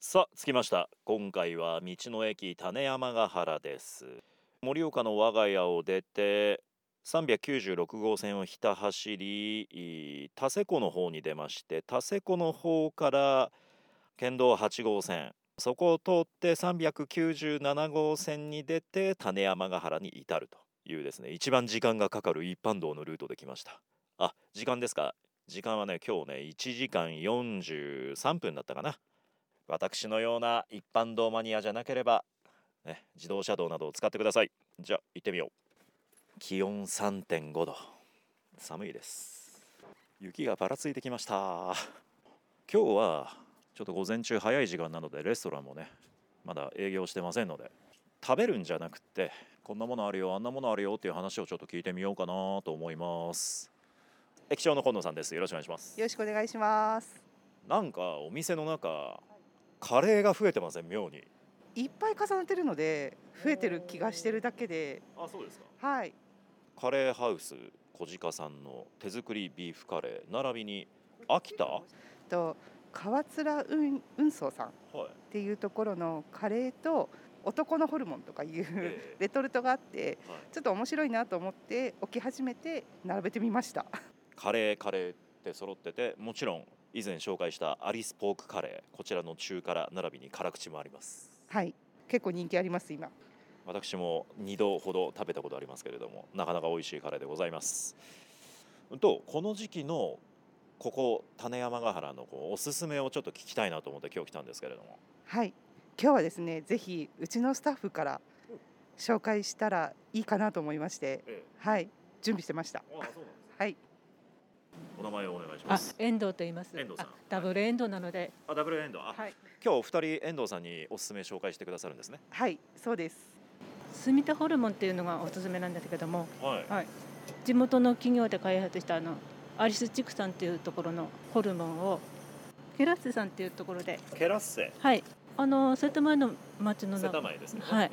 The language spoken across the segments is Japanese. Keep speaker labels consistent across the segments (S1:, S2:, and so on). S1: さあ着きました今回は道の駅種山ヶ原です盛岡の我が家を出て396号線をひた走りい田瀬湖の方に出まして田瀬湖の方から県道8号線そこを通って397号線に出て種山ヶ原に至るというですね一番時間がかかる一般道のルートで来ましたあ時間ですか時間はね今日ね1時間43分だったかな私のような一般道マニアじゃなければ、ね、自動車道などを使ってくださいじゃあ行ってみよう気温3.5度寒いです雪がばらついてきました今日はちょっと午前中早い時間なのでレストランもねまだ営業してませんので食べるんじゃなくってこんなものあるよあんなものあるよっていう話をちょっと聞いてみようかなと思います駅長の近野さんですよろしくお願いします
S2: よろしくお願いします。
S1: なんかお店の中カレーが増えてません妙に
S2: いっぱい重なってるので増えてる気がしてるだけで、
S1: あそうですか
S2: はい、
S1: カレーハウス小鹿さんの手作りビーフカレー並びに秋田は
S2: と川面運運送さんっ
S1: い、
S2: ていうところのカレーと男のホルモンとかいう、
S1: ええ
S2: レトルトがあって
S1: はい
S2: ちょっと面白いなと思って置き始めて並べてみました。
S1: カレーカレーって揃っててもちろん以前紹介したアリスポークカレーこちらの中辛並びに辛口もあります
S2: はい、結構人気あります今。
S1: 私も2度ほど食べたことありますけれどもなかなか美味しいカレーでございますとこの時期のここ種山ヶ原のこうおすすめをちょっと聞きたいなと思って今日来たんですけれども
S2: はい、今日はですねぜひうちのスタッフから紹介したらいいかなと思いまして、
S1: え
S2: はい、準備してました。
S1: あそうなんです
S2: はい、
S1: お名前をお願いしま
S3: あ
S1: す、
S3: 遠藤と言います。
S1: 遠藤さん
S3: あダブル遠藤なので、
S1: あダブルエンドあ、
S3: はい。
S1: 今日お二人遠藤さんにおすすめ紹介してくださるんですね
S2: はい、そうです。
S3: 住田ホルモンっていうのがおすすめなんですけども、
S1: はい
S3: 地元の企業で開発したあのアリス畜産っていうところのホルモンをケラッセさんっていうところで、
S1: ケラッセ
S3: はい。あの瀬戸前の町の
S1: 瀬田
S3: 中、
S1: 前ですね
S3: はい
S1: うん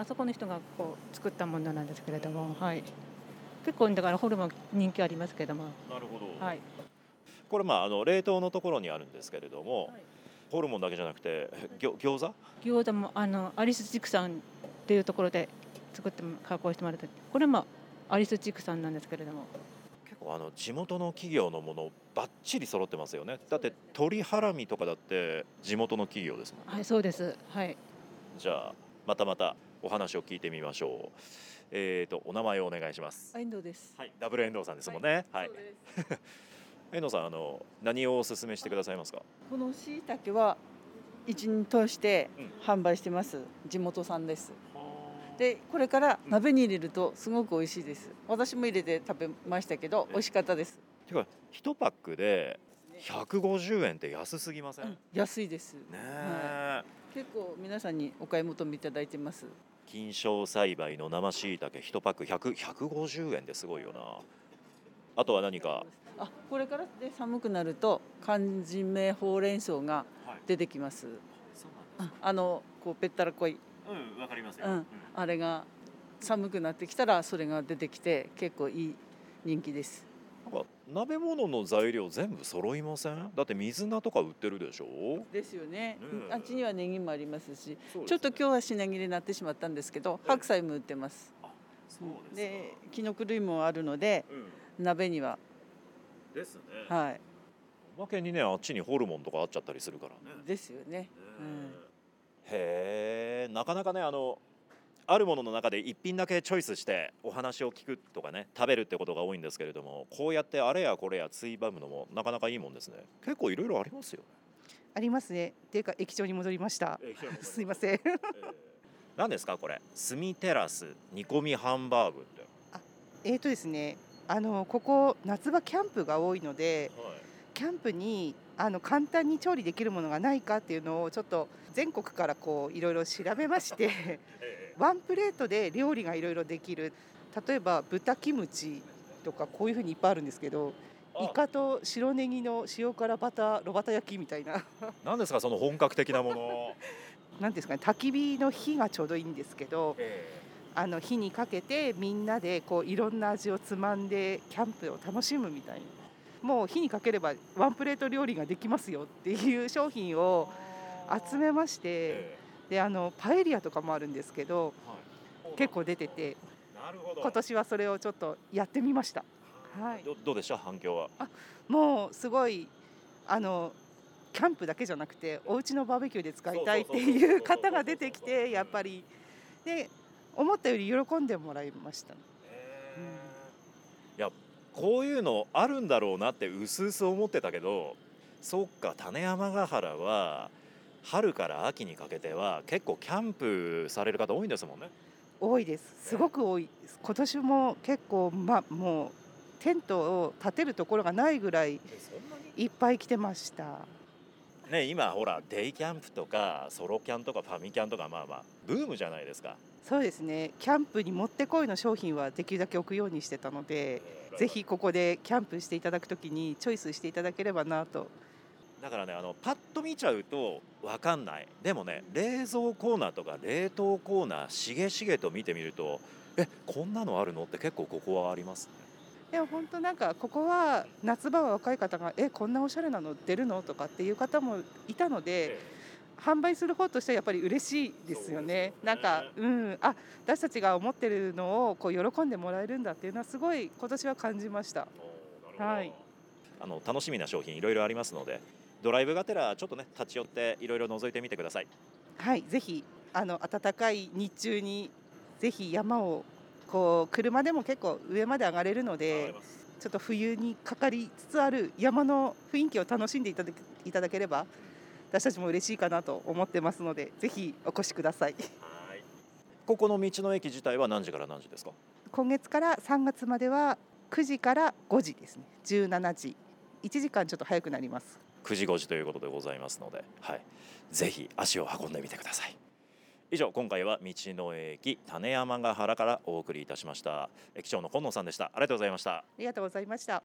S3: あそこの人がこう作ったものなんですけれども、はい。結構だからホルモン人気ありますけども、
S1: なるほど、
S3: はい。
S1: これまああの冷凍のところにあるんですけれども、
S3: はい
S1: ホルモンだけじゃなくてえぎょ餃子
S3: 餃子もあのアリス畜産っていうところで作っても加工してもらって、これもアリス畜産なんですけれども、
S1: 結構あの地元の企業のものばっちり揃ってますよねだって鶏ハラミとかだって地元の企業ですもん、
S3: はい、そうです。はい。
S1: じゃあまたまたお話を聞いてみましょうえっ、とお名前をお願いします、
S3: 遠藤です。
S1: はい、ダブル遠藤さんですもんねはい、遠藤さんあの何をお勧めしてくださいますか
S4: この椎茸は一年通して販売してます、地元産ですでこれから鍋に入れるとすごく美味しいです私も入れて食べましたけど美味しかったです、
S1: てか1パックで150円って安すぎません、
S4: うん
S1: ね
S4: 安いです
S1: え、
S4: 結構皆さんにお買い求めいただいてます
S1: 金賞栽培の生しいたけ1パック100 150円ってすごいよなあとは何か
S4: あこれからで寒くなると缶詰ほうれん草が出てきます、ああのこうぺったらこい
S1: うんわかります
S4: ようんうんあれが寒くなってきたらそれが出てきて結構いい人気です
S1: なんか鍋物の材料全部揃いませんだって水菜とか売ってるでしょ
S4: ですよね
S1: ねえ
S4: あっちにはネギもありますしち
S1: ち
S4: ょっと今日は品切れになってしまったんですけど
S1: ええ
S4: 白菜も売ってます
S1: そう
S4: でキノコ類もあるので鍋には
S1: ですね
S4: はい
S1: おまけにねあっちにホルモンとかあっちゃったりするからね
S4: ですよねうん
S1: へえなかなかねあのあるものの中で一品だけチョイスしてお話を聞くとかね食べるってことが多いんですけれどもこうやってあれやこれやついばむのもなかなかいいもんですね結構いろいろありますよ
S2: ありますね。っていうか駅長に戻りました。
S1: ね
S2: すいま せん。
S1: 何ですかこれ炭テラス煮込みハンバーグって、
S2: えーとですね、あのここ夏場キャンプが多いので、キャンプにあの簡単に調理できるものがないかっていうのをちょっと全国からこういろいろ調べまして、ワンプレートで料理がいろいろできる。例えば豚キムチとかこういうふうにいっぱいあるんですけど、イカと白ネギの塩辛バターロバタ焼きみたいな、
S1: 何ですかその本格的なも の、
S2: なんていうんですかね、焚き火の火がちょうどいいんですけど、あの火にかけてみんなでこういろんな味をつまんでキャンプを楽しむみたいなもう火にかければワンプレート料理ができますよっていう商品を集めまして
S1: え
S2: であのパエリアとかもあるんですけど
S1: えはい
S2: 結構出てて
S1: なるほど
S2: 今年はそれをちょっとやってみましたはい
S1: どどうでした反響は
S2: もうすごいあのキャンプだけじゃなくてお家のバーベキューで使いたいって
S1: そうそうそうそうそうそう
S2: い
S1: そう
S2: う方が出てきてやっぱりで思ったより喜んでもらいました
S1: いやこういうのあるんだろうなって薄々思ってたけどそっか種山ヶ原は春から秋にかけては結構キャンプされる方多いんですもんね。
S2: 多いですすごく多いです今年も結構まあもうテントを建てるところがないぐらいいっぱい来てました
S1: ね今ほらデイキャンプとかソロキャンとかファミキャンとかまあまあブームじゃないですか。
S2: そうですねキャンプにもってこいの商品はできるだけ置くようにしてたのでぜひここでキャンプしていただくときにチョイスしていただければなと
S1: だからねあのパッと見ちゃうと分かんないでもね冷蔵コーナーとか冷凍コーナーしげしげと見てみるとえこんなのあるのって結構ここはありますね。
S2: でも本当なんかここは夏場は若い方がえこんなおしゃれなの出るのとかっていう方もいたので販売する方としてはやっぱり嬉しいですよね
S1: そうですよね
S2: なんかうんあ私たちが思ってるのをこう喜んでもらえるんだっていうのはすごい今年は感じましたほどはい
S1: あの楽しみな商品いろいろありますのでドライブがてらちょっとね立ち寄っていろいろ覗いてみてください
S2: はいぜひあの暖かい日中にぜひ山をこう車でも結構上まで上がれるのでちょっと冬にかかりつつある山の雰囲気を楽しんでいただけいただければ私たちも嬉しいかなと思ってますのでぜひお越しください
S1: ここの道の駅自体は何時から何時ですか
S2: 今月から3月までは9時から5時ですね17時1時間ちょっと早くなります
S1: 9時5時ということでございますので、はい、ぜひ足を運んでみてください以上今回は道の駅種山ヶ原からお送りいたしましたえ機長の今野さんでしたありがとうございました
S2: ありがとうございました